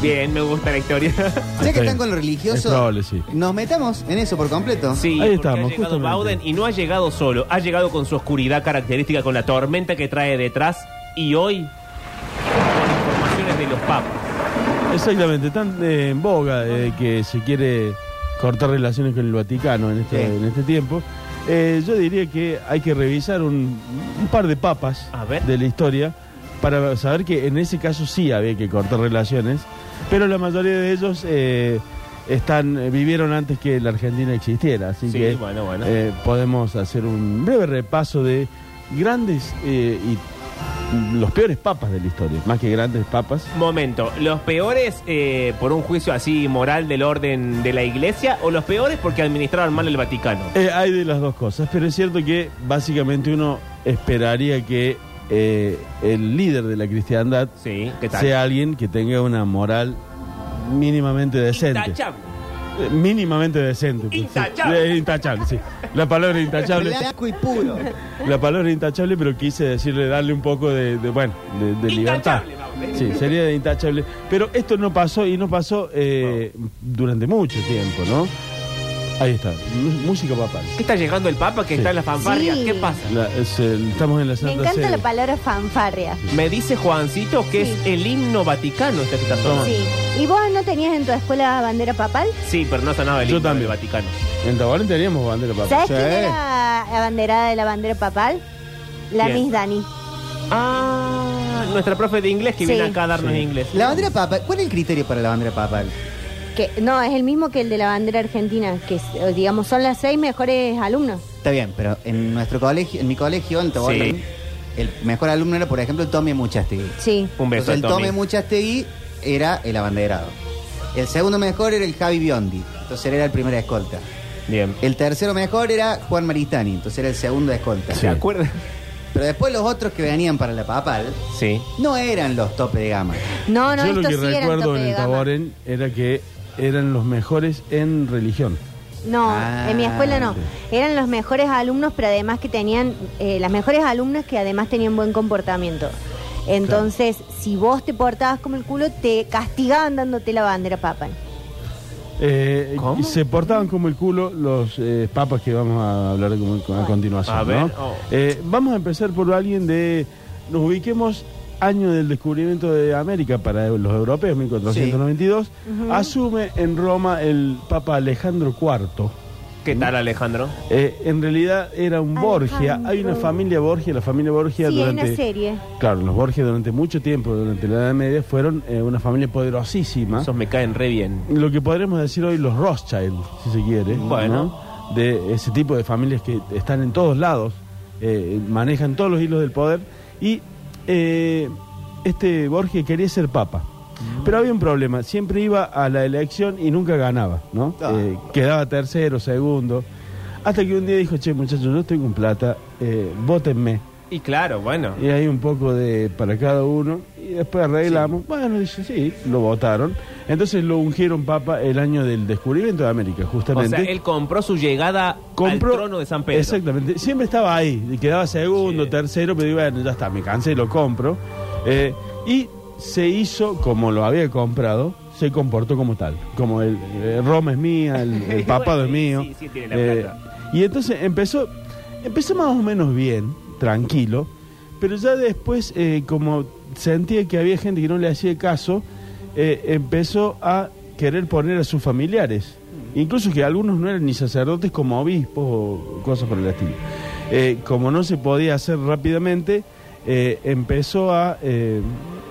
Bien, me gusta la historia. Ya que Sí. están con lo religioso, Es probable, sí. nos metamos en eso por completo. Sí, Ahí porque estamos, ha llegado justamente. Bauden y no ha llegado solo, ha llegado con su oscuridad característica, con la tormenta que trae detrás y hoy con informaciones de los papas. Exactamente, tan eh, en boga eh, que se quiere cortar relaciones con el Vaticano en este, Sí. en este tiempo. Eh, yo diría que hay que revisar un, un par de papas A ver. de la historia para saber que en ese caso sí había que cortar relaciones, pero la mayoría de ellos eh, están eh, vivieron antes que la Argentina existiera, así Sí, que bueno, bueno. eh, podemos hacer un breve repaso de grandes eh, y los peores papas de la historia, más que grandes papas. Momento, ¿los peores eh, por un juicio así moral del orden de la iglesia o los peores porque administraron mal el Vaticano? Eh, hay de las dos cosas, pero es cierto que básicamente uno esperaría que eh, el líder de la cristiandad Sí, ¿qué tal? sea alguien que tenga una moral mínimamente decente. Intachable. Eh, Mínimamente decente. pues, sí. Intachable. Eh, intachable, sí. La palabra intachable. Blanco y puro. La palabra intachable, pero quise decirle, darle un poco de, de, bueno, de, de libertad. Intachable, ¿eh? Bauden. Sí, sería de intachable. Pero esto no pasó y no pasó eh, durante mucho tiempo, ¿no? Ahí está, m- música papal. ¿Qué está llegando el Papa que Sí. está en las fanfarrias? Sí. ¿Qué pasa? La- es el- estamos en la Me Santa encanta Sede. la palabra fanfarria. Me dice Juancito que Sí. es el himno vaticano esta que está sonando. Sí. ¿Y vos no tenías en tu escuela bandera papal? Sí, pero no sonaba el Yo himno del también. Vaticano. En Tabarán teníamos bandera papal. ¿Sabes Sí. quién era la banderada de la bandera papal? La ¿Quién? Miss Dani. Ah, nuestra profe de inglés que Sí. viene acá a darnos Sí. inglés. La bandera papal, ¿cuál es el criterio para la bandera papal? Que, no, es el mismo que el de la bandera argentina, que es, eh, digamos son las seis mejores alumnos. Está bien, pero en nuestro colegio, en mi colegio, en Tabarán, Sí. el mejor alumno era, por ejemplo, el Tommy Muchastegui. Sí. Un beso a Entonces, Pues el Tommy. Tommy Muchastegui era el abanderado. El segundo mejor era el Javi Biondi, entonces él era el primer escolta. Bien. El tercero mejor era Juan Maristani, entonces era el segundo escolta. Sí. ¿Se acuerdan? Pero después los otros que venían para la papal Sí. no eran los tope de gama. No, no, Yo lo esto que sí era recuerdo tope en de el gama. Tabarén era que eran los mejores en religión. No, Ah, en mi escuela no. Eran los mejores alumnos, pero además que tenían, eh, las mejores alumnas que además tenían buen comportamiento. Entonces, si vos te portabas como el culo, te castigaban dándote la bandera papal. Eh, ¿Cómo? Se portaban como el culo los eh, papas que vamos a hablar de como- a continuación. A ver, ¿no? oh. Eh, vamos a empezar por alguien de. Nos ubiquemos año del descubrimiento de América para los europeos, 1492. Asume en Roma el Papa Alejandro IV. ¿Qué ¿Mm? tal, Alejandro? Eh, en realidad era un Borgia. Alejandro. Hay una familia Borgia, la familia Borgia Sí, hay durante. una serie. Claro, los Borgia durante mucho tiempo, durante la Edad Media, fueron eh, una familia poderosísima. Esos me caen re bien. Lo que podremos decir hoy los Rothschild, si se quiere. Bueno. ¿no? De ese tipo de familias que están en todos lados, eh, manejan todos los hilos del poder. Y eh, este Borgia quería ser papa. Pero había un problema, siempre iba a la elección y nunca ganaba, ¿no? Ah. Eh, quedaba tercero, segundo. Hasta que un día dijo, che, muchachos, yo estoy con plata, eh, votenme. Y claro, bueno. Y hay un poco de para cada uno. Y después arreglamos. Bueno, dice, sí, lo votaron. Entonces lo ungieron papa el año del descubrimiento de América, O justamente. sea, él compró su llegada al trono de San Pedro. Exactamente. Siempre estaba ahí. y Quedaba segundo, Sí. tercero, pero iba, ya está, me cansé, lo compro. Eh, y se hizo como lo había comprado, se comportó como tal. Como el eh, Roma es mía, el, el papado es Bueno, sí, mío. Eh, sí, tiene la plata. y entonces empezó, empezó más o menos bien, tranquilo, pero ya después, eh, como sentía que había gente que no le hacía caso, eh, empezó a querer poner a sus familiares, incluso que algunos no eran ni sacerdotes como obispos o cosas por el estilo. Eh, como no se podía hacer rápidamente, eh, empezó a eh,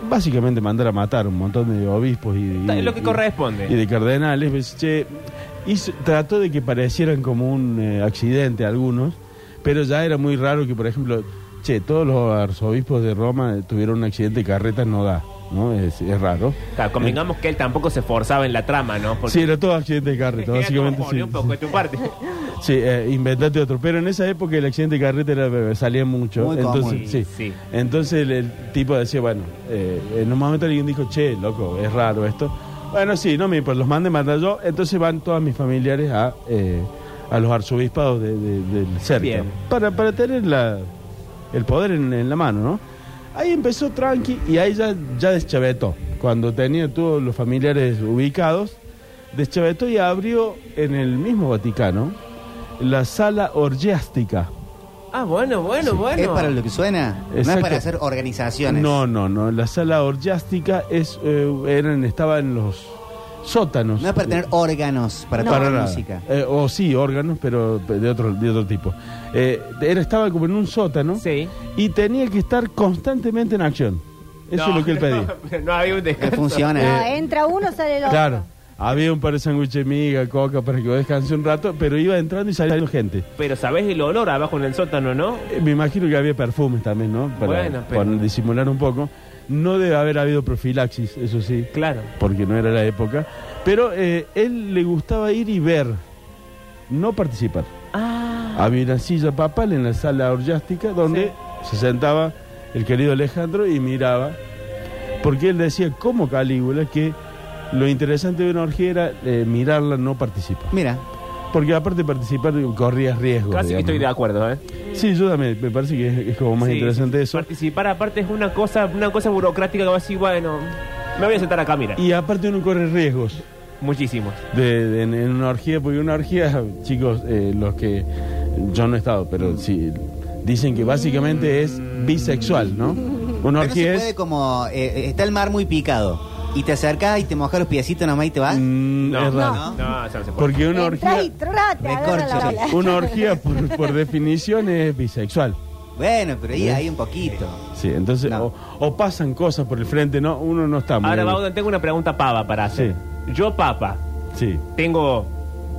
básicamente mandar a matar un montón de obispos y, y- Es lo que y- corresponde. y de cardenales, pues, che, hizo- trató de que parecieran como un eh, accidente algunos, pero ya era muy raro que, por ejemplo, che, todos los arzobispos de Roma eh, tuvieron un accidente de carretas, no da, ¿no? Es, es raro. Claro, convengamos que él tampoco se forzaba en la trama, ¿no? Sí, era todo accidente de carreta, Era como básicamente. poner Sí, un poco de tu parte. Sí, eh, inventate otro. Pero en esa época el accidente de carreta era- eh, salía mucho. Muy entonces, común. Sí, Sí. Entonces el, el tipo decía, bueno, eh, en un momento alguien dijo, che, loco, es raro esto. Bueno, sí, no me importa, los mandé matar yo. Entonces van todos mis familiares a, eh, a los arzobispados de, de- del cerca. Bien. Para, para tener la, el poder en, en la mano, ¿no? Ahí empezó tranqui y ahí ya, ya deschavetó. Cuando tenía todos los familiares ubicados, deschavetó y abrió en el mismo Vaticano la sala orgiástica. Ah, bueno, bueno, bueno. ¿Es para lo que suena? No es Exacto. para hacer organizaciones. No, no, no. La sala orgiástica es, eh, eran, estaba en los sótanos. No es para tener órganos, para No. tocar nada. música. Eh, o sí, órganos, pero de otro, de otro tipo. Eh, era, estaba como en un sótano Sí. y tenía que estar constantemente en acción. Eso No, es lo que él pedía. No, no había un Eh, Que descanso. funciona. No, eh. entra uno, sale el otro. Claro. Había un par de sándwiches miga, coca, para que vos descanse un rato, pero iba entrando y saliendo gente. Pero sabés el olor abajo en el sótano, ¿no? Eh, Me imagino que había perfumes también, ¿no? Para, Bueno, pero- para disimular un poco. No debe haber habido profilaxis, eso sí. Claro. porque no era la época, pero eh, él le gustaba ir y ver, no participar. Había una silla papal en la sala orgiástica donde se sentaba el querido Alejandro y miraba, porque él decía, como Calígula, que lo interesante de una orgía era eh, mirarla, no participar. Mira, Porque aparte de participar corrías riesgos. Casi que digamos. estoy de acuerdo, ¿eh? Sí, yo también, me parece que es, es como más Sí, interesante eso. Participar aparte es una cosa, una cosa burocrática que va así, bueno, me voy a sentar acá, mira. Y aparte uno corre riesgos. Muchísimos. de, de- en, en una orgía, porque una orgía, chicos, eh, los que yo no he estado, pero sí, dicen que básicamente es bisexual, ¿no? Una pero no se orgía puede es... como. eh, está el mar muy picado. Y te acercás y te mojas los piecitos nomás y te vas. mm, No, es raro. no, no, ya no se puede. Porque una Entra orgía, y tra, te agarra la Recorcho. bola. una orgía por, por definición es bisexual. Bueno, pero ahí hay un poquito. Sí, entonces, No. o, o pasan cosas por el frente, no, uno no está muy... Ahora, Baudan, tengo una pregunta pava para hacer. Yo, papa, Sí. tengo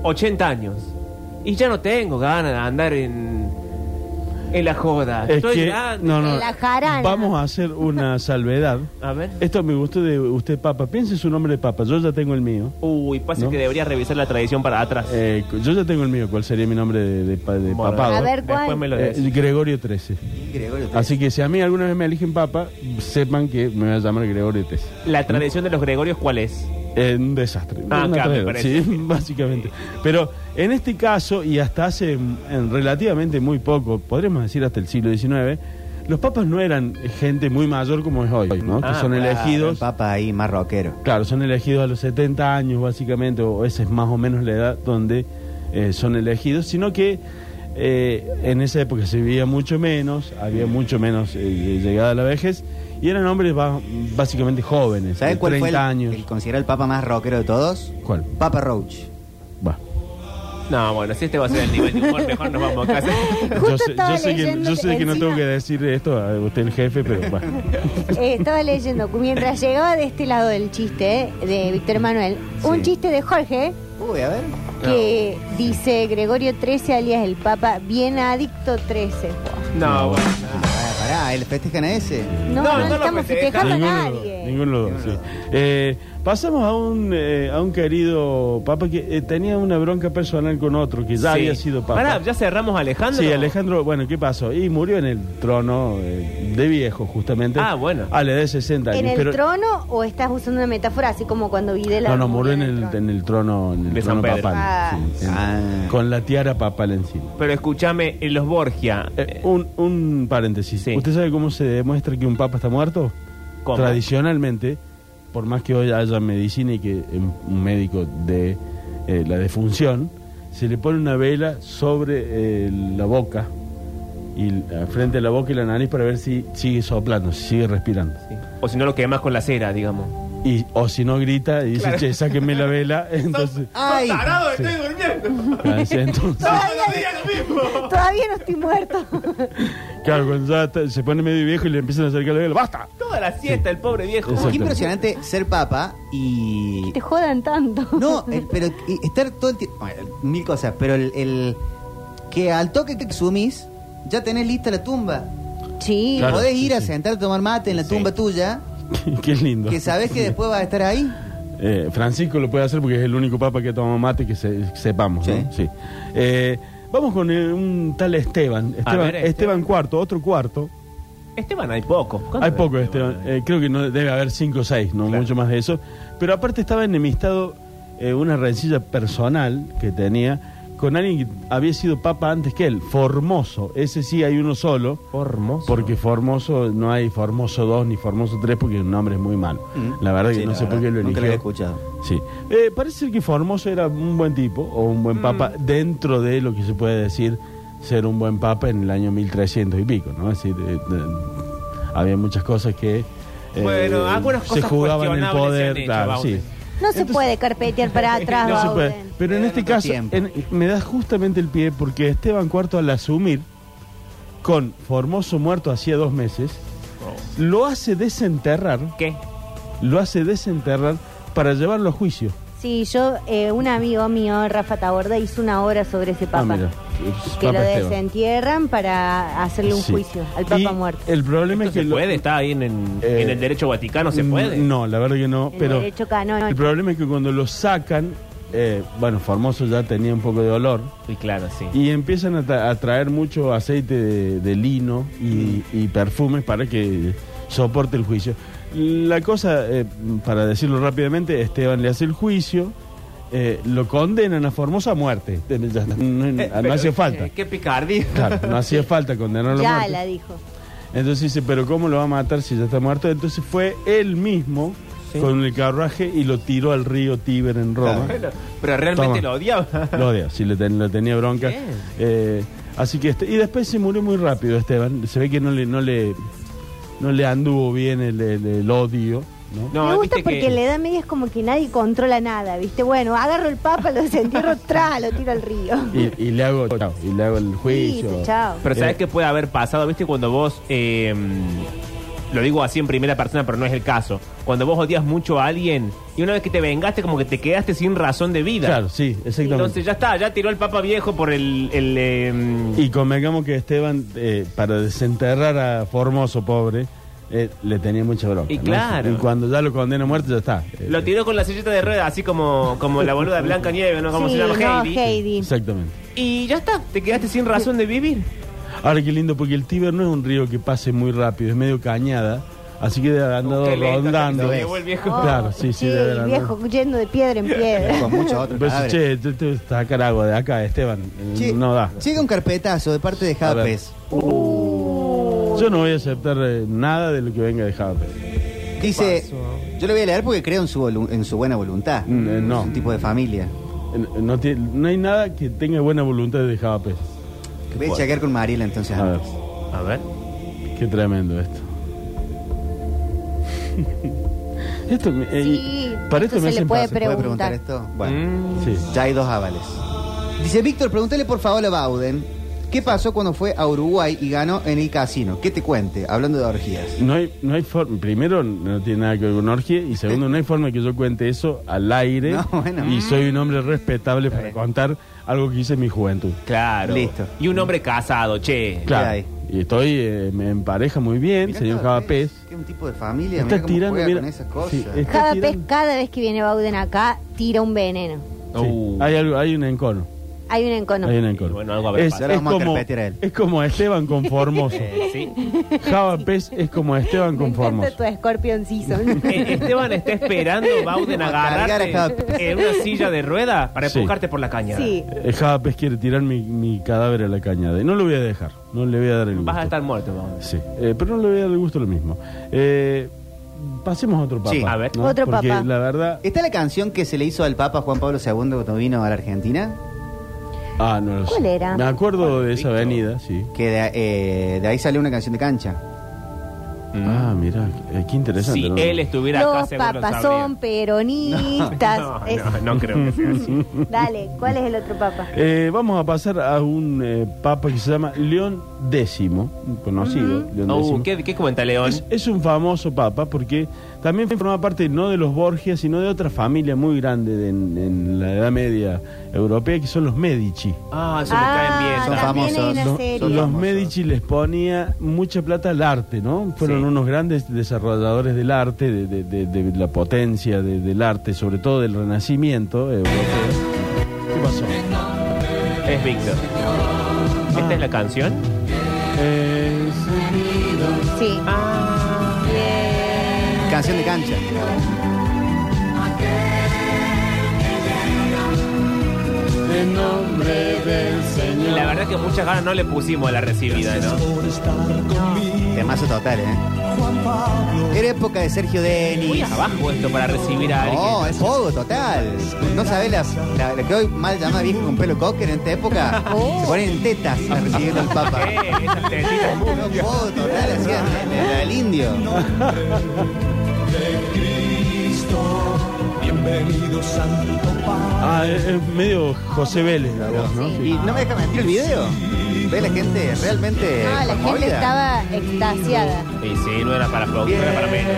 80 años y ya no tengo ganas de andar en, en la joda. Es Estoy que, grande. no, no, La jarana. vamos a hacer una salvedad. A ver. Esto me gustó de usted, Papa. Piense su nombre de Papa, yo ya tengo el mío. Uy, pasa No. que debería revisar la tradición para atrás. Eh, yo ya tengo el mío, ¿cuál sería mi nombre de, de pa- de Bueno, papado? A ver, después ¿cuál? me lo Eh, decís. Gregorio XIII. Gregorio, te- Así que si a mí alguna vez me eligen papa, sepan que me voy a llamar Gregorio XIII. La tradición de los gregorios, ¿cuál es? Eh, un desastre. Ah, Una acá me tragedia, parece. sí, básicamente. Pero en este caso, y hasta hace mm, en relativamente muy poco, podríamos decir hasta el siglo XIX, los papas no eran gente muy mayor como es hoy, ¿no? Ah, que claro, son Un elegidos. papa ahí más rockero. Claro, son elegidos a los 70 años, básicamente, o esa es más o menos la edad donde eh, son elegidos, sino que eh, en esa época se vivía mucho menos, había mucho menos eh, llegada a la vejez, y eran hombres ba- básicamente jóvenes, ¿Sabes de cuál 30 fue el, años. el considerado el papa más rockero de todos? ¿Cuál? Papa Roach. Va. No, bueno, si este va a ser el nivel de humor, mejor nos vamos a casa. Justo Yo sé, estaba yo sé que, leyendo yo sé que no encima- tengo que decir esto a usted, el jefe, pero bueno. Eh, estaba leyendo, mientras llegaba de este lado del chiste eh, de Víctor Manuel, un chiste de Jorge Uy, a ver. que dice Gregorio XIII alias el Papa, bien adicto 13. No, bueno. Ah, pará, pará, ¿el festejan a ese? No, No, no, no lo estamos festejan. festejando a Ninguno de los nadie. dos, ninguno de los dos, Ninguno de los sí. Eh, pasamos a un, eh, a un querido papa que eh, tenía una bronca personal con otro que ya Sí. había sido papa. Pará, ya cerramos a Alejandro. Sí, Alejandro, bueno, ¿qué pasó? Y murió en el trono eh, de viejo, justamente. Ah, bueno. A la edad de 60 años. ¿En el pero- trono o estás usando una metáfora así como cuando vi de la... No, no, murió en el, en el trono, en el De San trono Pedro. papal. Ah. sí, en- Ah. Con la tiara papal encima. Pero escúchame, en los Borgia. Eh, un, un paréntesis. Sí. ¿Usted sabe cómo se demuestra que un papa está muerto? ¿Cómo? Tradicionalmente, por más que hoy haya medicina y que eh, un médico de eh, la defunción, se le pone una vela sobre eh, la boca y la- frente a la boca y la nariz para ver si sigue soplando, si sigue respirando. Sí. O si no lo quemas con la cera, digamos. Y, o si no grita y dice, che, sáquenme la vela. Entonces, ¡Ay! estoy durmiendo! así, entonces, Todavía no estoy muerto. claro, cuando ya está- se pone medio viejo y le empiezan a acercar la vela, ¡basta! Toda la siesta, el pobre viejo. Exacto. Qué impresionante ser papa y. Te jodan tanto. No, el- pero y- estar todo el tiempo. bueno, mil cosas, pero el, el- Que al toque que sumís, ya tenés lista la tumba. Sí. Claro. Podés ir sí, a sí. sentar a tomar mate en la tumba tuya, Qué lindo. que sabés que después vas a estar ahí. Eh, Francisco lo puede hacer porque es el único papa que toma mate que se- que sepamos. ¿no? Sí. Sí. Eh, vamos con eh, un tal Esteban. Esteban, ver, Esteban. Esteban cuarto, otro cuarto. Esteban, hay poco. ¿Cuánto Hay poco es de Esteban. Eh, creo que no debe haber cinco o seis, no Claro. mucho más de eso. Pero aparte estaba enemistado eh, una rencilla personal que tenía con alguien que había sido papa antes que él, Formoso. Ese sí hay uno solo, Formoso. porque Formoso no hay Formoso 2 ni Formoso 3 porque el nombre es muy malo. Mm. La verdad que Sí, no la sé por verdad, qué lo Nunca lo había eligió. escuchado. Sí. Eh, parece ser que Formoso era un buen tipo o un Mm. buen papa dentro de lo que se puede decir ser un buen papa en el año 1300 y pico, ¿no? Es decir, eh, eh, había muchas cosas que eh, Bueno, algunas se cosas jugaban el cuestionables se poder, han hecho, claro, Bauden. sí. No se Entonces- puede carpetear para atrás, No No se puede. Bauden. Pero en Era este otro caso, tiempo. en- me da justamente el pie porque Esteban IV al asumir, con Formoso muerto hacía dos meses, lo hace desenterrar, ¿Qué? lo hace desenterrar para llevarlo a juicio. Sí, yo, eh, un amigo mío, Rafa Taborda, hizo una obra sobre ese Ah, papa. mira. que Papa lo Esteban. desentierran para hacerle un Sí. juicio al papa Y muerto. El problema es que ¿Se lo- puede? ¿Está ahí en, en- Eh, en el derecho vaticano? ¿Se Mm, puede? No, la verdad que no. El pero derecho canónico. el problema es que cuando lo sacan, eh, bueno, Formoso ya tenía un poco de olor Y claro, sí. y empiezan a, tra- a traer mucho aceite de, de lino Mm. y, y perfumes para que soporte el juicio. La cosa, eh, para decirlo rápidamente, Esteban le hace el juicio. eh, lo condenan a Formoso a muerte. Ya está. No, no- Eh, ah, no pero, hacía falta. eh, Qué picardía. Claro, no hacía falta condenarlo a ya muerte. la dijo. Entonces dice, pero ¿cómo lo va a matar si ya está muerto? Entonces fue él mismo con el carruaje y lo tiró al río Tíber en Roma. Ah, Bueno, pero realmente Toma. lo odiaba. Lo odia, si le, ten- le tenía bronca. Bien. Eh, así que este, y después se murió muy rápido Esteban. Se ve que no le, no le, no le anduvo bien el, el- el odio. ¿no? Me gusta viste porque que- la edad media es como que nadie controla nada, ¿viste? Bueno, agarro el papa, lo desentierro, tra, lo tiro al río. Y, y le hago chao, y le hago el juicio. Listo, chao. Pero sabes Eh, que puede haber pasado, viste, cuando vos. eh, lo digo así en primera persona, pero no es el caso. Cuando vos odias mucho a alguien y una vez que te vengaste, como que te quedaste sin razón de vida. Claro, sí, exactamente. Entonces ya está, ya tiró el Papa Viejo por el. el, eh, Y convengamos que Esteban, eh, para desenterrar a Formoso pobre, eh, le tenía mucha bronca. Y ¿no? claro. Y cuando ya lo condena a muerte, ya está. Eh, lo tiró con la silleta de ruedas, así como, como la boluda Blanca Nieve, ¿no? Como sí, se llama no, Heidi. Heidi. Exactamente. Y ya está, te quedaste sin razón de vivir. Ahora qué lindo, porque el Tíber no es un río que pase muy rápido, es medio cañada. Así que debe haber andado Qué lento que rondando. se llevó el viejo. Oh, Claro, sí, sí, che, debe haber el andado. viejo yendo de piedra en piedra. Con muchos otros Pues, cadáveres. che, te, te- sacar agua de acá, Esteban. eh, Che, no da. Llega un carpetazo de parte de A ver. Japes. Yo no voy a aceptar eh, nada de lo que venga de Harper. Dice, yo lo voy a leer porque creo en su, volu- en su buena voluntad. Mm, eh, no. Es un tipo de familia. Eh, No, tiene- no hay nada que tenga buena voluntad de Harper. Voy a chequear con Mariela entonces. A ver, A ver. qué tremendo esto. esto me- eh, Sí, para esto esto me se le hacen puede pasar. ¿Se puede Pregunta. preguntar esto? Bueno. Mm. Sí. Ya hay dos avales. Dice Víctor, pregúntale por favor a Bauden, ¿qué pasó cuando fue a Uruguay y ganó en el casino? ¿Qué te cuente? Hablando de orgías. No hay, no hay forma, primero no tiene nada que ver con orgie y segundo no hay forma que yo cuente eso al aire No, bueno. y soy un hombre respetable para bien. contar algo que hice en mi juventud. Claro. Listo. Y un hombre casado, che. Claro. hay? Y estoy eh, me- en pareja muy bien, Mirá señor cada Javapés. vez Que un tipo de familia, Está mirá cómo tirando, juega mira. con esas cosas. Sí, es- Cada tirando. vez, cada vez que viene Bauden acá, tira un veneno. Sí, Uh. Hay algo, hay un encono. Hay un encono. Hay un encono. Bueno, algo habrá es, pasado. Ahora es vamos a como, carpetear a él. es como Esteban con Formoso. Eh, sí. Javapés es como Esteban Me con encanta Formoso. tu Scorpion Season. Eh, Esteban está esperando Bauden Vamos a cargar a cada- agarrarte en una silla de rueda para Sí. empujarte por la caña. sí. El Javapés Eh, quiere tirar mi, mi cadáver a la cañada y no lo voy a dejar, no le voy a dar el gusto. Vas a estar muerto, Bauden. Sí, eh, pero no le voy a dar el gusto lo mismo. Eh, pasemos a otro papa. Sí, a ver. ¿no? Otro Porque papa. Eh, la verdad... ¿Está la canción que se le hizo al Papa Juan Pablo II cuando vino a la Argentina? Ah, no lo sé. ¿Cuál era? Me acuerdo de esa Víctor. avenida, sí. Que de, eh, de ahí salió una canción de cancha. Ah, mira, eh, qué interesante. Mm. Si ¿no? él estuviera acá, Los seguro lo papas sabría. son peronistas. No, no, Es- no creo que sea así. Dale, ¿cuál es el otro papa? Eh, vamos a pasar a un eh, papa que se llama León X, un conocido. León Uh, X. ¿qué, ¿Qué cuenta León? Es, es un famoso papa porque también forma parte no de los Borgias, sino de otra familia muy grande de- en, en la Edad Media europea, que son los Medici. Ah, eso me caen bien. Ah, Son ¿sabes? también hay famosos. una Son- serie. son Los famosos. Medici les ponía mucha plata al arte, ¿no? Fueron Sí. unos grandes desarrolladores del arte, de, de- de- de la potencia de- del arte, sobre todo del Renacimiento europeo. ¿Qué pasó? Es Víctor. ¿Esta es la canción? Eh, Sí. Ah. Bien. Canción de cancha. sí. nombre del Señor. La verdad es que muchas ganas no le pusimos a la recibida, Gracias ¿no? por estar conmigo, Temazo total, ¿eh? Juan Pablo. Era época de Sergio Muy Denis. abajo esto para recibir a Oh. alguien. No, es pogo total. No sabés la, la, la que hoy mal llamada vieja con pelo cocker en esta época. Oh. Se ponen en tetas a recibir al Papa. Eh, esas tetitas. No, pogo total, hacían la, la del indio. de Cristo. Bienvenido, Santo Padre. Ah, es, es medio José Vélez la voz, ¿no? Y no me deja mentir el video. Ve la gente Eh, realmente. No, Ah, la gente conmovida. estaba extasiada. Y sí, no era para aplaudir, no era para menos.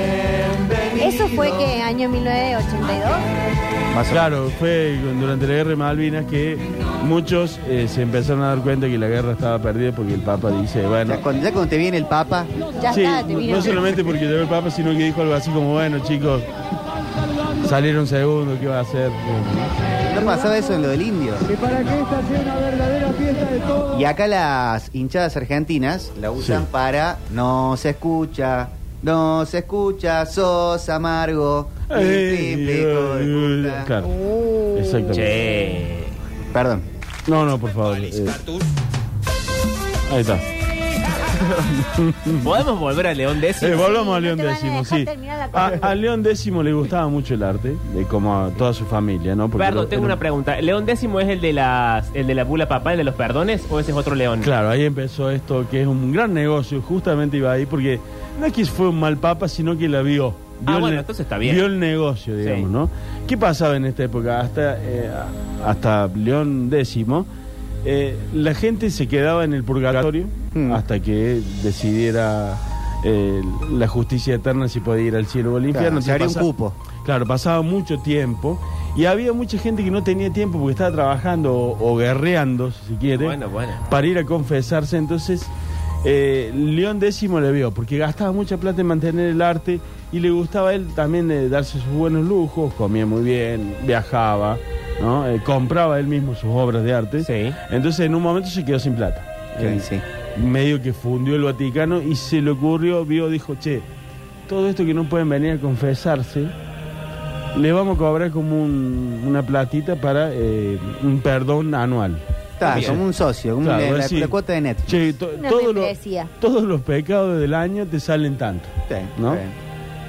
¿Eso fue que año 1982? Más o Claro, fue durante la guerra de Malvinas que muchos eh, se empezaron a dar cuenta que la guerra estaba perdida porque el Papa dice, bueno, Ya cuando, ya cuando te viene el Papa, Ya Sí, está, te no- vino. no solamente porque llegó el Papa, sino que dijo algo así como, bueno, chicos, salieron segundos, ¿qué va a hacer? no pasaba eso en lo del indio. Y para que esta sea una verdadera fiesta de todos. Y acá las hinchadas argentinas la usan Sí. para no se escucha, no se escucha, sos amargo. pim, Ey, pim, pico de eh, puta. Uh. Claro, exactamente. Che. Perdón. No, no, por favor. eh, Ahí está. ¿Podemos volver a León Décimo? Eh, volvamos a no León te van a X, dejar sí. terminar la A, cosa. a León X le gustaba mucho el arte, de como a toda su familia, ¿no? Porque Perdón, lo- tengo era- una pregunta. ¿León décimo es el de las, el de la bula papá, el de los perdones, o ese es otro león? Claro, ahí empezó esto, que es un gran negocio, justamente iba ahí, porque no es que fue un mal papa, sino que la vio. Ah, Vio el bueno, ne- entonces está bien. Vio el negocio, digamos, Sí. ¿no? ¿Qué pasaba en esta época? Hasta, eh, hasta León X, eh, la gente se quedaba en el purgatorio Hmm. Mm. hasta que decidiera eh, la justicia eterna si podía ir al cielo o al infierno. Claro, se abría un Pasa- cupo. Claro, pasaba mucho tiempo y había mucha gente que no tenía tiempo porque estaba trabajando o, o guerreando, si se quiere, Bueno, bueno. para ir a confesarse. Entonces, eh, León X le vio porque gastaba mucha plata en mantener el arte y le gustaba a él también eh, darse sus buenos lujos, comía muy bien, viajaba, ¿no? Eh, compraba él mismo sus obras de arte. Sí. Entonces, en un momento se quedó sin plata. Sí, Eh, sí. medio que fundió el Vaticano y se le ocurrió, vio, dijo, che, todo esto que no pueden venir a confesarse, le vamos a cobrar como un- una platita para eh, un perdón anual. Está, Bien. como un socio, como Claro, la- vos la, decís, la cuota de Netflix. Che, to- Una todo lo- membresía. todos los pecados del año te salen tanto. Sí, ¿no? sí.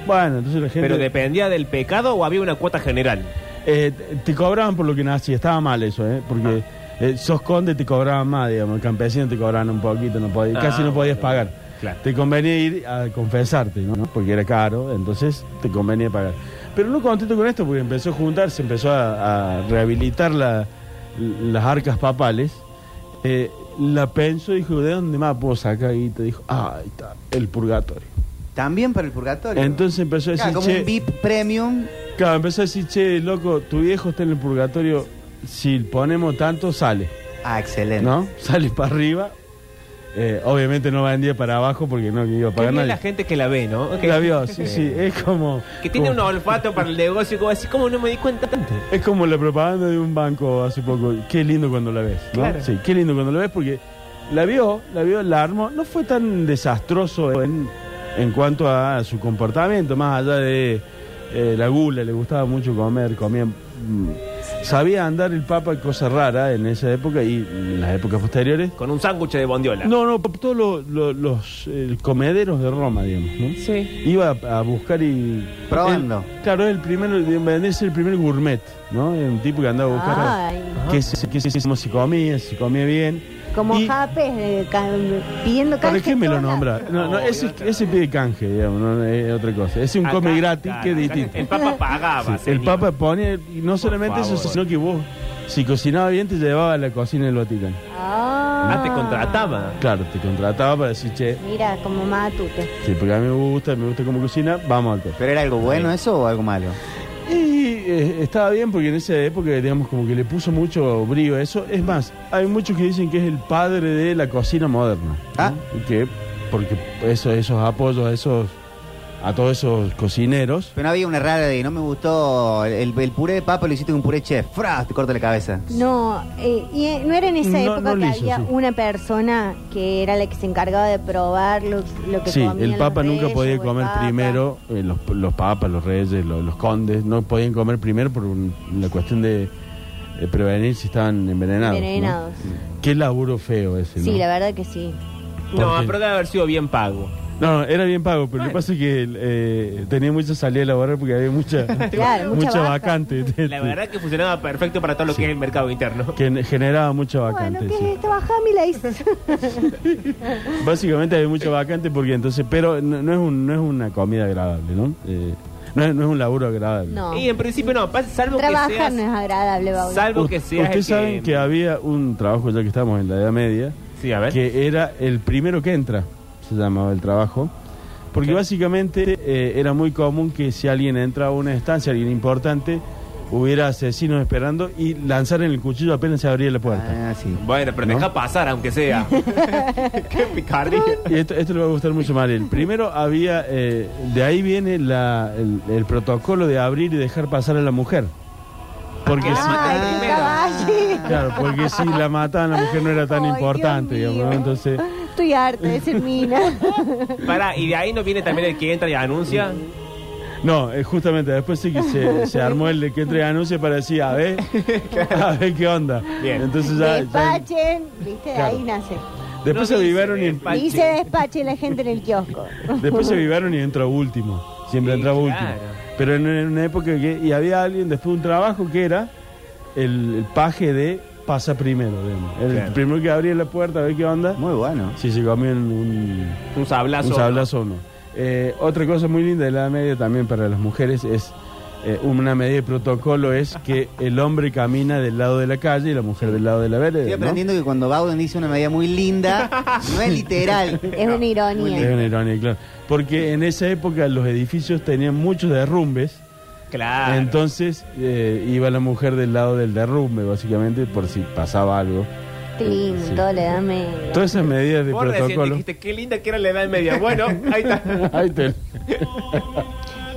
Bueno, entonces la gente... ¿Pero dependía del pecado o había una cuota general? eh, te- te cobraban por lo que nací, estaba mal eso, ¿eh? Porque Ah. eh, sos conde, te cobraban más, digamos, el campesino te cobraban un poquito, no podías- Ah, casi no podías bueno, pagar. claro. Te convenía ir a confesarte, ¿no? Porque era caro, entonces te convenía pagar. Pero no contento con esto, porque empezó a juntarse, empezó a, a rehabilitar la- las arcas papales. Eh, la pensó y dijo, ¿de dónde más puedo sacar? Y te dijo, ah, ahí está, el purgatorio. También para el purgatorio. Entonces empezó a decir, Claro, como "Che, un VIP premium. Claro, empezó a decir, che, loco, tu viejo está en el purgatorio, si ponemos tanto, sale, Ah, excelente. ¿no? Sale para arriba. Eh, obviamente no vendía para abajo porque no iba a Que pagar bien nadie. la gente que la ve, ¿no? Que, La vio, sí, sí, es como... que tiene un como- olfato para el negocio, como así, ¿cómo no me di cuenta tanto? Es como la propaganda de un banco hace poco. Qué lindo cuando la ves, ¿no? Claro. Sí, qué lindo cuando la ves porque la vio, la vio, la armó. No fue tan desastroso en, en cuanto a su comportamiento, más allá de eh, la gula, le gustaba mucho comer, comía... mm, Sabía andar el papa, cosa rara en esa época y en las épocas posteriores. Con un sándwich de bondiola. No, no, por todos lo- lo- los eh, comederos de Roma, digamos, ¿no? Sí. Iba a, a buscar y... Probando. Él- claro, es el primero, es el primer gourmet, ¿no? Es un tipo que andaba a buscar Ay, qué se, qué se- cómo se comía, si comía bien. como Y- japes eh, ca- pidiendo canje. ¿Para qué en me lo todos lados. nombra? No, no, No, ese, obviamente. ese pide canje, digamos, no es otra cosa. Es un Acá- come gratis Ah, claro, que es acá distinto. El Papa pagaba. Sí, el señor. Papa pone, y no solamente eso, favor. sino que vos, si cocinaba bien, te llevaba a la cocina del Vaticano. Ah. Ah, te contrataba. Claro, te contrataba para decir, che, Mira, como matute. sí, porque a mí me gusta, me gusta cómo cocina, vamos al toque. ¿Pero era algo bueno eso o algo malo? Y eh, estaba bien porque en esa época, digamos, como que le puso mucho brío a eso. Es más, hay muchos que dicen que es el padre de la cocina moderna. ¿no? Ah. Y Que, porque eso, esos apoyos a esos, a todos esos cocineros. Pero no había una rara de no me gustó el, el puré de papa, lo hiciste con un puré chef. ¡Fra! Te corta la cabeza. No, eh, y eh, no era en esa No, época no lo que hizo, había sí. una persona que era la que se encargaba de probar lo, lo que Sí, comían el los Papa nunca reyes o podía el comer Papa. primero, eh, los, los papas, los reyes, lo- los, condes, no podían comer primero por un- la cuestión de, eh, prevenir si estaban envenenados. ¿no? Envenenados. Qué laburo feo ese. Sí, ¿no? la verdad que sí. No, Porque- pero debe haber sido bien pago. No, era bien pago, pero lo que pasa es que eh, tenía mucha salida laboral porque había mucha, Claro, mucha baja. vacante. este, La verdad que funcionaba perfecto para todo lo que es el mercado interno. Que generaba mucha Bueno, vacante. ¿qué sí. es esta baja, Milays? Básicamente había mucha vacante porque entonces, pero no, no es, un, no es una comida agradable, ¿no? Eh, no, es, no es un laburo agradable. No. Y en principio no, pasa- salvo que Trabajar seas... no es agradable, Baudo. Salvo Ust- que seas Ustedes el saben que había un trabajo, ya que estamos en la Edad Media, Sí, a ver. que era el primero que entra, se llamaba el trabajo. Porque Ok. básicamente eh, era muy común que si alguien entraba a una estancia, alguien importante, hubiera asesinos esperando y lanzaran el cuchillo apenas se abría la puerta. Ah, sí. Bueno, pero ¿No? deja pasar, aunque sea. Qué picardía. Y esto, esto le va a gustar mucho más. El primero había, eh, de ahí viene la- el, el protocolo de abrir y dejar pasar a la mujer. Porque si- Ay, Ah, estaba allí. Claro, porque si la mataban a la mujer no era tan Ay, importante, Dios digamos, ¿no? mío. Entonces, Estoy harta de ser mina. Pará, y de ahí no viene también el que entra y anuncia. no, eh, justamente después sí que se, se armó el de que entre anuncio para decir, a ver, a ver qué onda. Bien. Entonces ya, ya- Despachen, viste, de ahí nace. después No se dice, vivaron y, despache. Y se despache la gente en el kiosco. después se vivaron y entró último, siempre Sí, entraba claro. último. Pero en, en una época que y había alguien después de un trabajo que era el, el paje de pasa primero, digamos. El Claro. primero que abría la puerta a ver qué onda. Muy bueno. Si se comían un Un sablazo. Un sablazo no. Eh, otra cosa muy linda de la Edad media también para las mujeres es eh, una medida de protocolo es que el hombre camina del lado de la calle y la mujer del lado de la vereda. Estoy ¿no? aprendiendo que cuando Bowden dice una medida muy linda, no es literal. Es una Es ironía. una ironía, claro. Porque en esa época los edificios tenían muchos derrumbes, Claro. entonces eh, iba la mujer del lado del derrumbe, básicamente, por si pasaba algo. Eh, Qué lindo, Sí. todo le dame. Todas esas medidas de Vos recién protocolo. dijiste qué linda que era la edad media. Bueno, ahí está. Ahí te-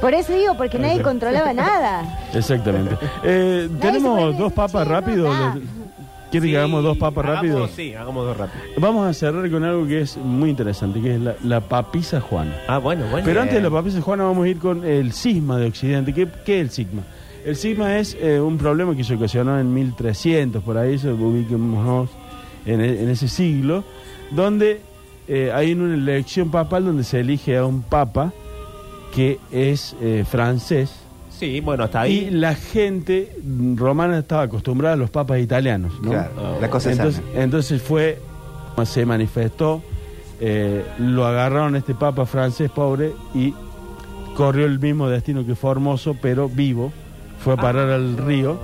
Por eso digo, porque nadie controlaba nada. Exactamente. Eh, puede tenemos dos papas decir, rápido. "Che, no, ¿Quieres Sí, que hagamos dos papas rápido? hagamos- Sí, hagamos dos rápido. Vamos a cerrar con algo que es muy interesante, que es la, la papisa juana. Ah, bueno, bueno. Pero antes de la lo papisa juana vamos a ir con el cisma de Occidente. ¿Qué, qué es el cisma? El cisma es eh, un problema que se ocasionó en 1300, por ahí, se ubiquémonos en, e- en ese siglo, donde eh, hay una elección papal donde se elige a un papa que es eh, francés Sí, bueno, hasta y ahí. la gente romana estaba acostumbrada a los papas italianos, ¿no? Claro, la cosa es entonces, sana. entonces fue, se manifestó, eh, lo agarraron a este papa francés pobre y corrió el mismo destino que Formoso, pero vivo, fue a Ah. parar al río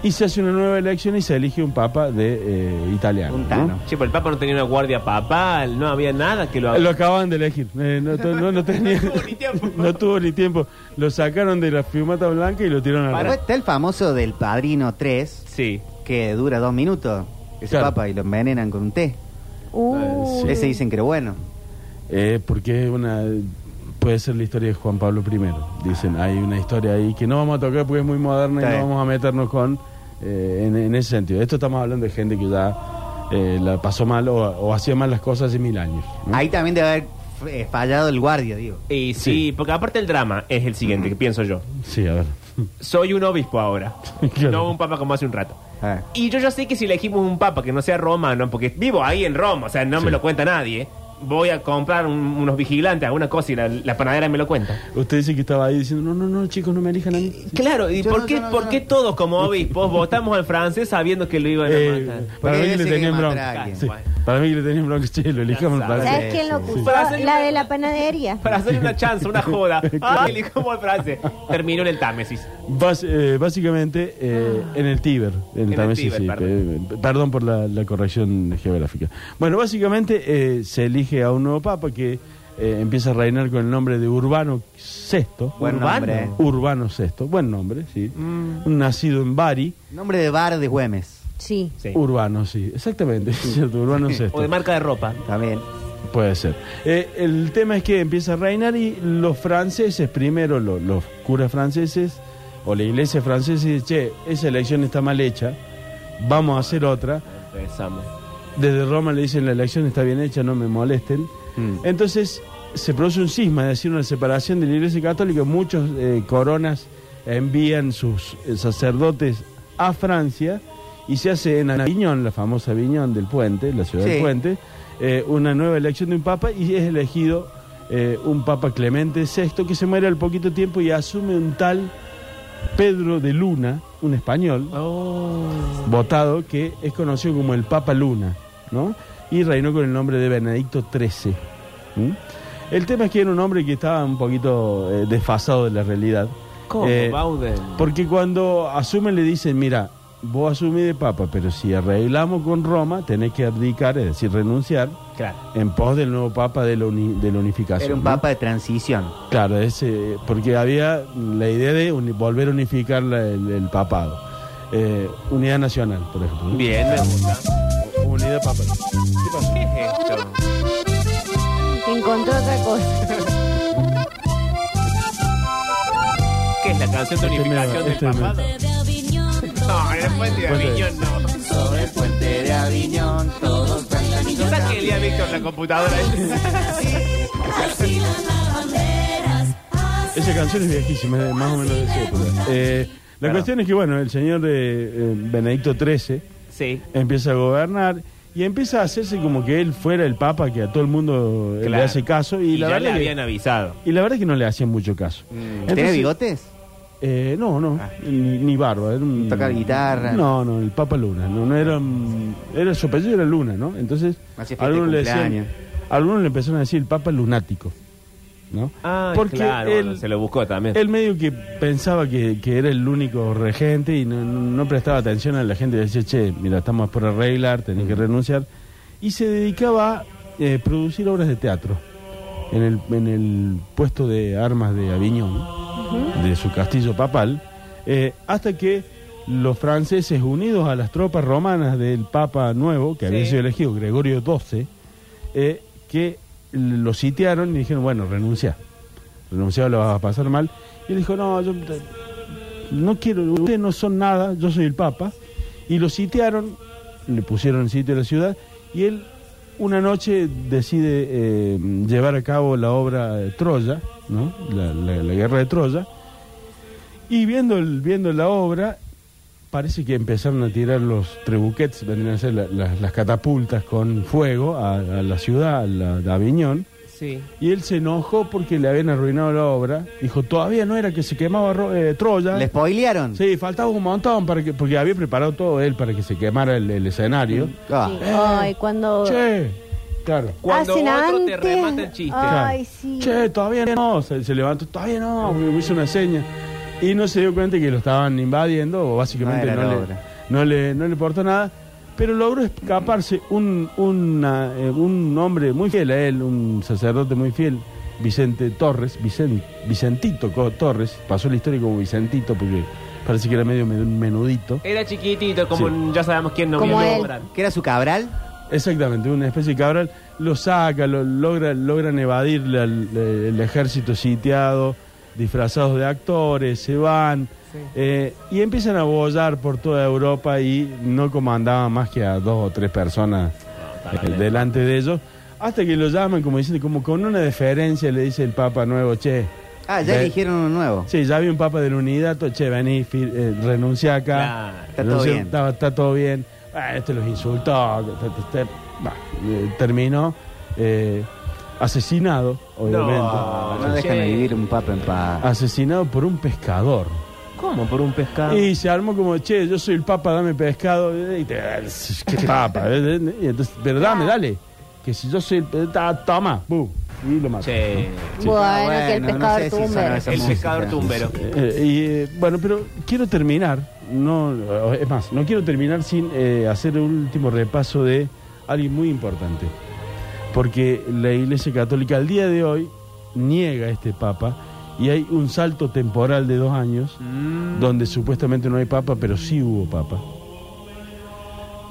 y se hace una nueva elección y se elige un papa de eh, italiano. Un ¿no? tano. Che, pero el Papa no tenía una guardia papal, no había nada que lo Lo acababan de elegir, eh, no, to- no- no tenía- No tuvo ni tiempo. no tuvo ni tiempo. Lo sacaron de la fiumata blanca y lo tiraron al Después río. está el famoso del Padrino 3, Sí. que dura dos minutos. Ese Claro. papa y lo envenenan con un té. Uh, Ese dicen que era bueno. Eh, porque es una puede ser la historia de Juan Pablo I. Dicen, hay una historia ahí que no vamos a tocar porque es muy moderna Está y no bien. vamos a meternos con eh, en, en ese sentido. Esto estamos hablando de gente que ya eh, la pasó mal o, o hacía mal las cosas hace mil años. ¿no? Ahí también debe haber eh, fallado el guardia, digo. Y sí, porque aparte el drama es el Mm. siguiente, que pienso yo. Sí, a ver. Soy un obispo ahora, Claro. no un papa como hace un rato. A Ah. ver. Y yo ya sé que si elegimos un papa que no sea romano, porque vivo ahí en Roma, o sea, no me Sí. lo cuenta nadie, voy a comprar un- unos vigilantes, alguna cosa y la, la panadera me lo cuenta. Usted dice que estaba ahí diciendo, no, no, no, chicos, no me elijan a mí. Claro, ¿y Yo por, no, qué, yo no, por yo qué no. todos como obispos votamos al francés sabiendo que lo iban a Eh, matar? para Porque mí que dice le que tenían mata a bronca. alguien. Sí, Bueno. Para mí que le tenían bronca, sí, lo elijamos Ya Ah, para sabes. ¿Sabes quién lo Sí, sí. puso? Para hacer- La de la panadería. Para hacer una chance, una joda. Ah, elijamos al francés. Terminó en el Támesis. Bas- eh, básicamente eh, en el Tíber. En, Ah. En el Támesis, Tíber, sí, perdón. eh, perdón por la, la corrección geográfica. Bueno, básicamente eh, se elige a un nuevo papa que eh, empieza a reinar con el nombre de Urbano VI. Buen Urbano. nombre. eh. Urbano VI, buen nombre, sí. Mm. Nacido en Bari. Nombre de bar de Güemes. Sí. Sí. Urbano, sí, exactamente, es cierto, Urbano VI. O de marca de ropa. También. Puede ser. Eh, el tema es que empieza a reinar y los franceses, primero lo- los curas franceses o la iglesia francesa dice, che, esa elección está mal hecha, vamos a hacer otra. Empezamos. Desde Roma le dicen, la elección está bien hecha, no me molesten. Entonces se produce un cisma, es decir, una separación de la iglesia católica. Muchos eh, coronas envían sus eh, sacerdotes a Francia y se hace en Aviñón, la famosa Aviñón del puente, la ciudad Sí. del puente, eh, una nueva elección de un papa y es elegido eh, un papa Clemente VI que se muere al poquito tiempo y asume un tal Pedro de Luna, un español, Oh, votado que es conocido como el Papa Luna, ¿no? Y reinó con el nombre de Benedicto XIII. ¿Mm? El tema es que era un hombre que estaba un poquito eh, desfasado de la realidad. ¿Cómo, Eh, Bauden? porque cuando asumen le dicen, mira, vos asumís de papa, pero si arreglamos con Roma, tenés que abdicar, es decir, renunciar, Claro. en pos del nuevo papa de la, uni- de la unificación. Era un ¿no? papa de transición. Claro, ese, porque había la idea de uni- volver a unificar la- el, el papado. Eh, unidad nacional, por ejemplo. ¿no? Bien, me gusta. Unidad papal. ¿Qué pasó? ¿Qué es esto? Encontró otra cosa. ¿Qué es la canción de Este unificación me- del este me- papado? No, el puente de Puente de- Aviñón no. Sobre el puente de Aviñón, todos Sáquenle a Víctor la computadora. Esa canción es viejísima, es más o menos de esa época. Eh, la Claro. cuestión es que, bueno, el señor eh, eh, Benedicto XIII sí. empieza a gobernar y empieza a hacerse como que él fuera el papa que a todo el mundo eh, le claro. hace caso. Y, la ya verdad le que- habían Mm. avisado. y la verdad es que no le hacían mucho caso. ¿Tiene Entonces, bigotes? Eh, no, no, ni, ni barba. Era un, Tocar guitarra. No, no, el Papa Luna. No, no era, un- era su apellido era Luna, ¿no? Entonces, Hacía fiesta de algunos le, decían, cumpleaños. algunos le empezaron a decir el Papa Lunático, ¿no? Ah, Porque claro, él, bueno, se lo buscó también. él medio que pensaba que, que era el único regente y no, no- no prestaba atención a la gente. Le decía, che, mira, estamos por arreglar, tenés que renunciar. Y se dedicaba a eh, producir obras de teatro en el, en el puesto de armas de Aviñón, de su castillo papal, eh, hasta que los franceses, unidos a las tropas romanas del Papa Nuevo, que había Sí. sido elegido Gregorio XII, eh, que lo sitiaron y dijeron, bueno, renuncia, renuncia, lo vas a pasar mal. Y él dijo, no, yo te- no quiero, ustedes no son nada, yo soy el Papa. Y lo sitiaron, le pusieron sitio a la ciudad, y él una noche decide eh, llevar a cabo la obra de Troya, ¿no? La, la- la guerra de Troya. Y viendo, el- viendo la obra, parece que empezaron a tirar los trebuquets, vendrían a ser la- la- las catapultas con fuego a, a la ciudad, a, la, a Aviñón. Sí. Y él se enojó porque le habían arruinado la obra. Dijo, todavía no era que se quemaba Ro- eh, Troya. ¿Le spoilearon? Sí, faltaba un montón para que, porque había preparado todo él para que se quemara el, el escenario. Ah, Sí. Ay, cuando Che, claro. Cuando hacen otro antes. te remata el chiste. Ah. Ay, Claro. sí. Che, todavía no. Se, se levantó, todavía no. Me hizo una seña. Y no se dio cuenta que lo estaban invadiendo, o básicamente No era no, la le, obra. no, le, no le portó nada. Pero logró escaparse un, una, eh, un hombre muy fiel a él, un sacerdote muy fiel, Vicente Torres, Vicen- Vicentito Co- Torres. Pasó la historia como Vicentito porque parece que era medio men- menudito. Era chiquitito, como Sí. un- ya sabemos quién no Como vio él. obra. ¿Que era su cabral? Exactamente, una especie de cabral. Lo saca, lo logra, logran evadir la- la- el ejército sitiado, disfrazados de actores, se van. eh, y empiezan a bollar por toda Europa y no comandaban más que a dos o tres personas eh, delante de ellos. Hasta que lo llaman, como diciendo, como con una deferencia le dice el Papa Nuevo, che. Ah, ya ve- eligieron uno nuevo. Sí, ya había un Papa de la Unidad, to- che, vení, fir- eh, renuncia acá. Claro, está todo Renuncia- bien. Está, está todo bien. Ah, este los insultó. te- te- te- bah, eh, terminó eh, asesinado, obviamente. No dejan Che. vivir un papa en paz. Asesinado por un pescador. ¿Cómo? Por un Ah. pescado. Y se armó como, che, yo soy el papa, dame pescado. eh, Y te, ¿Qué papa? eh, eh, y entonces, pero dame, Ah. dale. Que si yo soy el. eh, ta- Toma, bu, y lo mató. Che. Bueno, Ah, bueno, que el no pescador sé si tumbe. sonaba esa El música. pescador tumbero. Eh, y, eh, bueno, pero quiero terminar, no, eh, es más, no quiero terminar sin eh, hacer un último repaso de alguien muy importante. Porque la Iglesia Católica al día de hoy niega a este Papa y hay un salto temporal de dos años Mm. donde supuestamente no hay Papa, pero sí hubo Papa.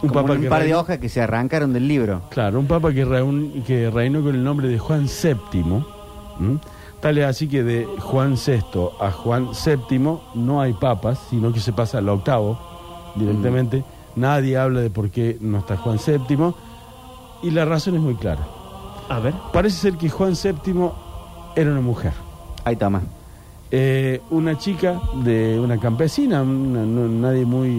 Un, Como un par de reinó- hojas que se arrancaron del libro. Claro, un papa que, reun- que reinó con el nombre de Juan VII. ¿m? Tal es así que de Juan VI a Juan VII no hay papas, sino que se pasa al octavo directamente. Nadie habla de por qué no está Juan VII. Y la razón es muy clara. A ver. Parece ser que Juan VII era una mujer. Ahí toma. eh, una chica de una campesina, una- no- nadie muy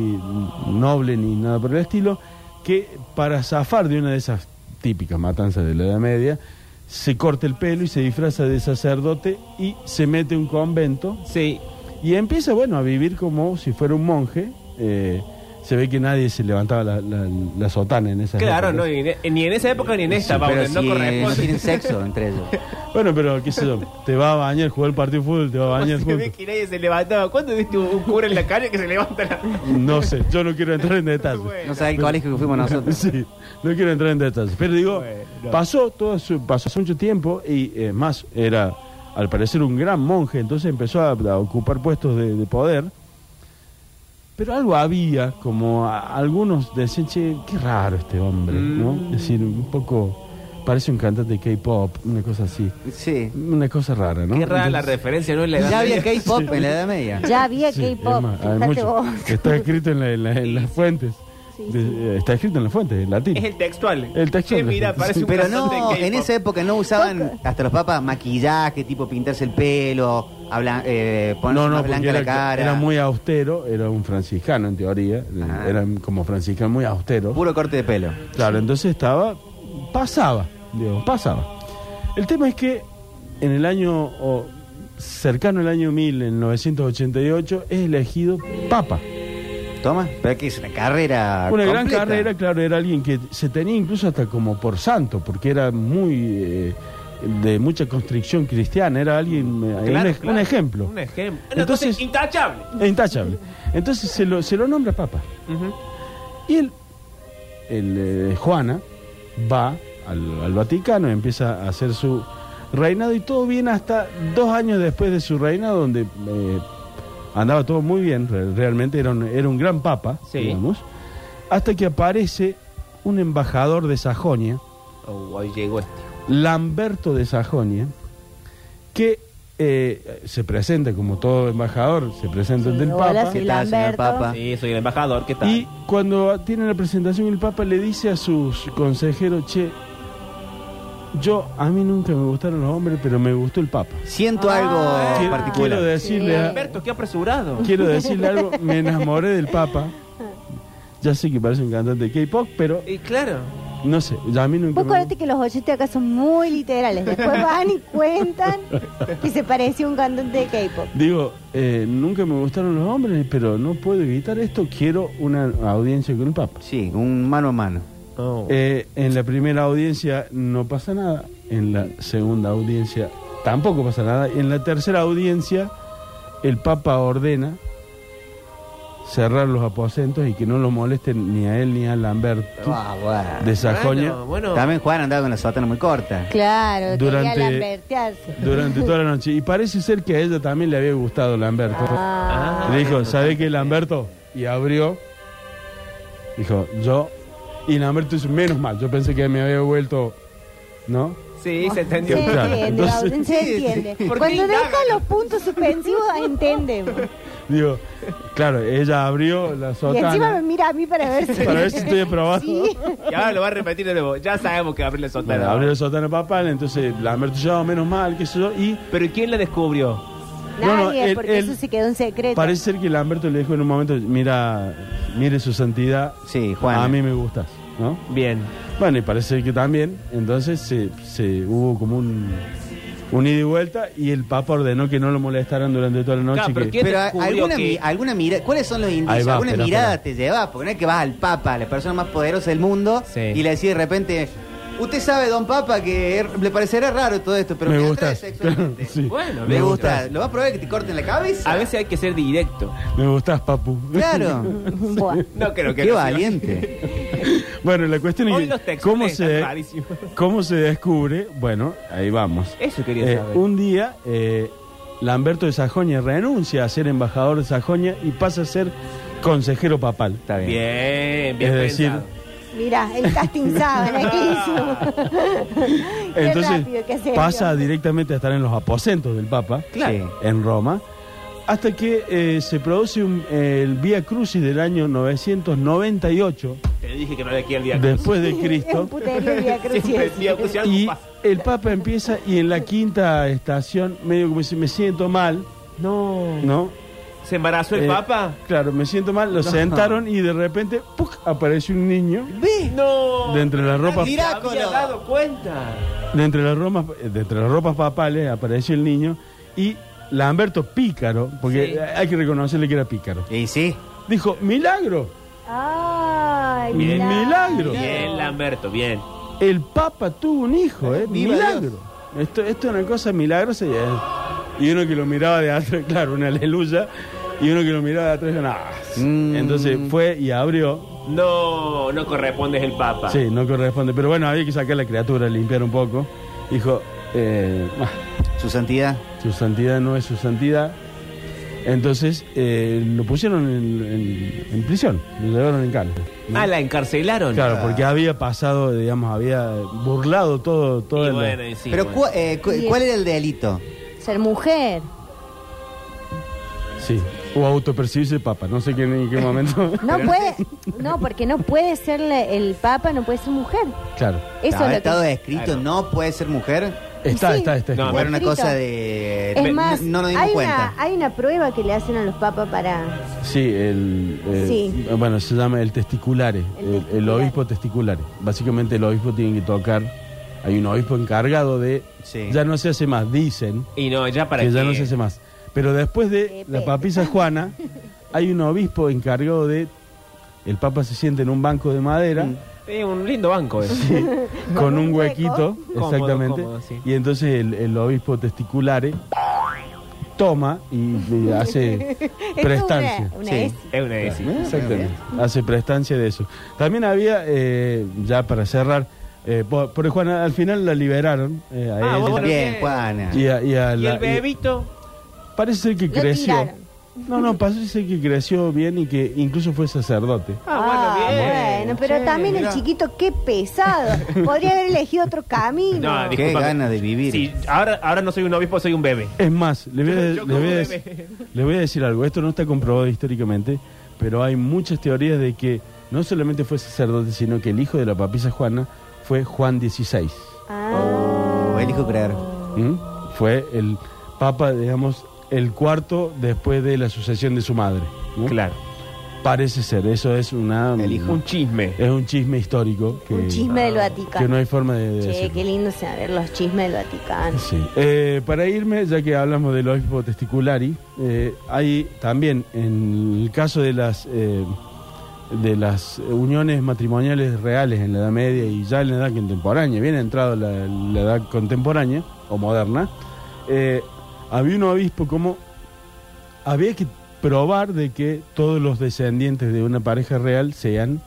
noble ni nada por el estilo, que para zafar de una de esas típicas matanzas de la Edad Media, se corta el pelo y se disfraza de sacerdote y se mete a un convento Sí. y empieza, bueno, a vivir como si fuera un monje. eh, se ve que nadie se levantaba la, la- la sotana en esa Claro, no, ni, en- ni en esa época ni en esta, Sí, Bauder, pero no si, eh, no corresponde. tienen sexo entre ellos. Bueno, pero qué sé yo, te va a bañar, jugar el partido de fútbol, te va a bañar Se juntos. ve que nadie se levantaba. ¿Cuándo viste un, un cura en la calle que se levanta la... No sé, yo no quiero entrar en detalles. Bueno. No sabe el colegio que fuimos nosotros. Sí, no quiero entrar en detalles. Pero digo, Bueno. pasó todo su, pasó hace mucho tiempo y eh, más era al parecer un gran monje, entonces empezó a, a ocupar puestos de, de poder. Pero algo había, como a- algunos decían, che, qué raro este hombre, ¿no? Mm. Es decir, un poco, parece un cantante de K-pop, una cosa así. Sí. Una cosa rara, ¿no? Qué rara la Entonces- referencia, ¿no? En la edad Ya había media. K-pop en la Edad Media. Ya había Sí, es K-pop, más, hay fíjate mucho. vos. Está escrito en, la- en la- en las fuentes. De- eh, está escrito en las fuentes, en latín. Es el textual. El textual. Che, mira, parece un Pero cantante de no, K-pop. en esa época no usaban hasta los papas maquillaje, tipo pintarse el pelo, hablan, eh, ponerse No, no, más porque blanca era, la cara. era muy austero, era un franciscano en teoría, eh, Ajá. era como franciscano muy austero. Puro corte de pelo. Claro, entonces estaba, pasaba, digamos, pasaba. El tema es que en el año, o cercano al año 1000, en 988, es elegido papa. Toma, pero que es una carrera. Una gran Ah, completa. carrera, claro, era alguien que se tenía incluso hasta como por santo, porque era muy eh, de mucha constricción cristiana, era alguien, eh, Claro, un, ej- claro. un ejemplo. Un ejemplo. Entonces- Entonces, intachable. Intachable. Entonces se lo, se lo nombra papa. Ujú. Y el, el, eh, Juana va al, al Vaticano, empieza a hacer su reinado y todo bien hasta dos años después de su reinado, donde eh, andaba todo muy bien, re- realmente era un, era un gran papa, Sí. digamos, hasta que aparece un embajador de Sajonia, Oh, ahí llegó este. Lamberto de Sajonia, que eh, se presenta como todo embajador, se presenta ante el hola, papa. sí, ¿Qué tal, señor Lamberto. Papa? Sí, soy el embajador, ¿qué tal? Y cuando tiene la presentación, el Papa le dice a sus consejeros, che, yo, a mí nunca me gustaron los hombres, pero me gustó el Papa. Siento Ah. algo Quiero, quiero particular. decirle, Sí. a- Alberto, qué apresurado. quiero decirle algo, me enamoré del Papa. Ya sé que parece un cantante de K-pop, pero Y claro. no sé, ya a mí nunca Vos me acordate que los oyentes acá son muy literales. Después van y cuentan que se parecía a un cantante de K-pop. Digo, eh, nunca me gustaron los hombres, pero no puedo evitar esto, quiero una audiencia con el Papa. Sí, un mano a mano. Eh, en la primera audiencia no pasa nada, en la segunda audiencia tampoco pasa nada, en la tercera audiencia el Papa ordena cerrar los aposentos y que no lo molesten ni a él ni a Lamberto Ah, bueno. de Sajonia Bueno, bueno. También Juan andaba con la sotana muy corta. Claro, Durante- quería lambertearse. durante toda la noche. Y parece ser que a ella también le había gustado Lamberto. Ah, Le dijo, ¿sabe qué, Lamberto? Y abrió. Dijo, yo. Y Lamberto dice, menos mal, yo pensé que me había vuelto, ¿no? Sí, se se entendió. Claro, entiende, entonces- Bauden, se entiende. Cuando deja los puntos suspensivos, entendemos. Digo, claro, ella abrió la Y encima me sotana. mira a mí para ver si. Para ver si estoy aprobado. Sí. Y ahora lo va a repetir de nuevo. Ya sabemos que abrir la sotana. Bueno, abrió la sotana papal, entonces la yo menos mal, qué sé yo. Y Pero ¿quién la descubrió? Nadie, No, no, él- porque él- eso se quedó en secreto. parece ser que Lamberto le dijo en un momento, mira, mire su santidad, Sí, Juan. a mí me gustas, ¿no? Bien. Bueno, y parece ser que también, entonces se, se hubo como un, un ida y vuelta y el Papa ordenó que no lo molestaran durante toda la noche. Claro, pero que- ¿quién Pero a- descubrió alguna, que- mi- alguna mirada, ¿cuáles son los indicios? va, alguna espera, mirada espera. te lleva, porque no es que vas al Papa, la persona más poderosa del mundo, Sí. y le decís de repente, usted sabe, don Papa, que er- le parecerá raro todo esto, pero me atrae gustas. sexualmente. Sí. Bueno, Me me gusta, lo vas a probar que te corten la cabeza. A veces hay que ser directo. Me gustas, papu. Claro. Buah. No creo que Qué no sea. valiente. bueno, la cuestión Hoy es los que, textos ¿cómo se, rarísimos. ¿Cómo se descubre? Bueno, ahí vamos. Eso quería Eh, saber. un día, eh, Lamberto de Sajonia renuncia a ser embajador de Sajonia y pasa a ser consejero papal. Está bien. Bien, bien Es decir, pensado. Mirá, el casting sábana que hizo. Qué Entonces, rápido que se pasa dio. directamente a estar en los aposentos del Papa, Claro. en Roma, hasta que eh, se produce un- el Vía Crucis del año 998, Te dije que no había aquí el día. después de Es un Cristo. puterío de Vía Crucis. Siempre el día que si algo Y pasa. el Papa empieza y en la quinta estación, medio como dice, me siento mal, No. ¿no? ¿Se embarazó el Eh, papá? Claro, me siento mal, lo sentaron y de repente ¡puc! apareció un niño ¿Ve? No. de entre las ropas ¿Te Mirá, había Colo. dado cuenta? de entre las ropas de entre las ropas papales apareció el niño y Lamberto pícaro, porque Sí. hay que reconocerle que era pícaro. Y sí. Dijo, "Milagro, Ay, Bien. Milagro. Bien, Lamberto, bien. el Papa tuvo un hijo, ¿eh? Viva milagro. Esto, esto es una cosa milagrosa y, eh, y uno que lo miraba de atrás, claro, una aleluya, y uno que lo miraba de atrás, nada. Mm. Entonces fue y abrió. No, no correspondes el papa. Sí, no corresponde, pero bueno, había que sacar la criatura, limpiar un poco. Dijo, eh, ah, Su santidad. su santidad no es su santidad. Entonces eh, lo pusieron en, en- en prisión, lo llevaron en cárcel. ¿no? Ah, la encarcelaron. Claro, porque había pasado, digamos, había burlado todo, Y todo el- bueno, y sí, Pero bueno. cua- eh, cu- Sí. ¿cuál era el delito? Ser mujer. Sí, o autopercibirse papa, no sé qué, en qué momento. No puede, no, porque no puede ser la- el papa, no puede ser mujer. claro. Eso ha es lo estado que... escrito, Claro. no puede ser mujer. Está, Sí. está, está. No, O me- era una escrito. cosa de. Es más, no, no nos dimos hay, cuenta. una, hay una prueba que le hacen a los papas para... Sí, el, eh, Sí. Bueno, se llama el testiculare, El el, el testiculare. obispo testiculare. Básicamente el obispo tiene que tocar. Hay un obispo encargado de. Sí. Ya no se hace más, dicen Y no, ya para que que. ya no se hace más. Pero después de Qué la pena. papisa Juana, hay un obispo encargado de. El papa se sienta en un banco de madera. Sí, un lindo banco eh. ese. con un un hueco. huequito, Cómodo, exactamente. cómodo, sí. Y entonces el, el obispo testiculare toma y le hace Esto prestancia. es una- una Sí, es- Es una de sí. Ah, exactamente. Mm. Hace prestancia de eso. También había, eh, ya para cerrar, eh, po- porque Juan al final la liberaron eh, a Ah, ella bueno. Bien, Bien. Juana. y a, y a ¿Y la- el bebito? y parece ser que Lo creció. tiraron. No, no, parece ser que creció bien y que incluso fue sacerdote. Ah, bueno, bien. bueno, pero también el chiquito, qué pesado. Podría haber elegido otro camino. Ah. No, Qué discúlpame. ganas de vivir. Sí, ahora, ahora no soy un obispo, soy un bebé. Es más, le voy, a, Yo le voy a como dec- bebé. le voy a decir algo. Esto no está comprobado históricamente, pero hay muchas teorías de que no solamente fue sacerdote, sino que el hijo de la papisa Juana fue Juan XVI. Ah. O elijo creer. ¿Mm? Fue el papa, digamos, el cuarto después de la sucesión de su madre. ¿no? Claro. Parece ser. Eso es una. El hijo. Un chisme. Es un chisme histórico. Que, Un chisme del Vaticano. Que no hay forma de. de Che, decirlo. qué lindo saber los chismes del Vaticano. Sí. Eh, para irme, ya que hablamos del obispo testiculari, eh, hay también en el caso de las eh, de las uniones matrimoniales reales en la Edad Media y ya en la Edad Contemporánea, bien entrado la, la Edad Contemporánea o moderna, eh, había un obispo como había que probar de que todos los descendientes de una pareja real sean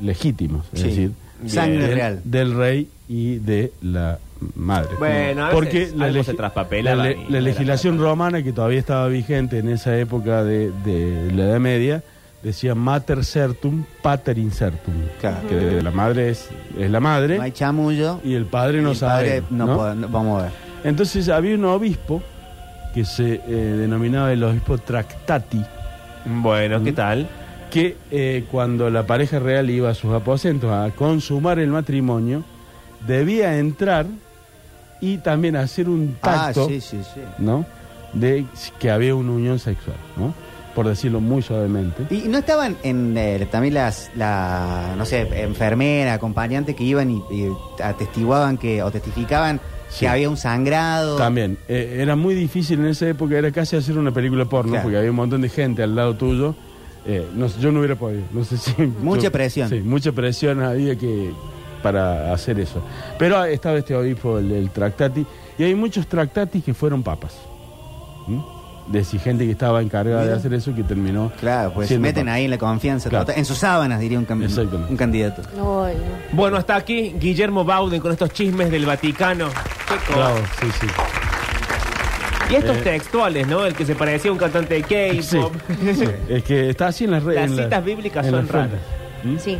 legítimos, es Sí. decir, Sangre del- real. del rey y de la madre. Bueno, a veces porque la, algo legi- se traspapelaba la y le- no la era legislación verdad. romana que todavía estaba vigente en esa época de, de la Edad Media decía mater certum, pater incertum, Claro. que la madre es, es la madre No hay chamullo. y el padre no El padre sabe, no ¿no? puede- no- vamos a ver. Entonces había un obispo que se eh, denominaba el obispo tractati, Bueno, ¿qué tal? que eh, cuando la pareja real iba a sus aposentos a consumar el matrimonio, debía entrar y también hacer un tacto, Ah, sí, sí, sí. ¿no? De que había una unión sexual, ¿no? Por decirlo muy suavemente. ¿Y no estaban en eh, también las, la, no sé, enfermera, acompañante que iban y, y atestiguaban que, o testificaban Sí. que había un sangrado? También, eh, era muy difícil en esa época, era casi hacer una película porno, Claro. porque había un montón de gente al lado tuyo. Eh, no sé, yo no hubiera podido, no sé si... Mucha yo- presión. Sí, mucha presión había que para hacer eso. Pero ah, estaba este obispo, el, el Tractati, y hay muchos Tractatis que fueron papas. ¿Mm? De si gente que estaba encargada de Mira. hacer eso que terminó... Claro, pues se siendo meten papa. ahí en la confianza. Claro. total. En sus sábanas, diría un, cam- Exactamente. un candidato. Ay, no. Bueno, hasta aquí Guillermo Bauden con estos chismes del Vaticano. Qué cosa. Bravo, sí, sí. Y estos Eh. textuales, ¿no? El que se parecía a un cantante de K-pop. Sí, sí. Es que está así en las redes. Las en la- citas bíblicas en son las fuentes. raras. ¿Mm? Sí.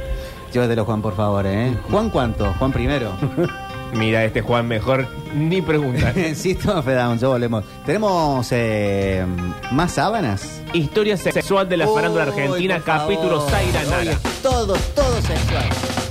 Llévatelo, Juan, por favor, ¿eh? ¿Juan cuánto? ¿Juan primero? Mira, este Juan mejor ni pregunta. sí, Tom Fedown, ya volvemos. ¿Tenemos eh, más sábanas? Historia sexual de la farándula Uy, argentina, por favor. capítulo Zaira Oye, Nara. Todo, todo sexual.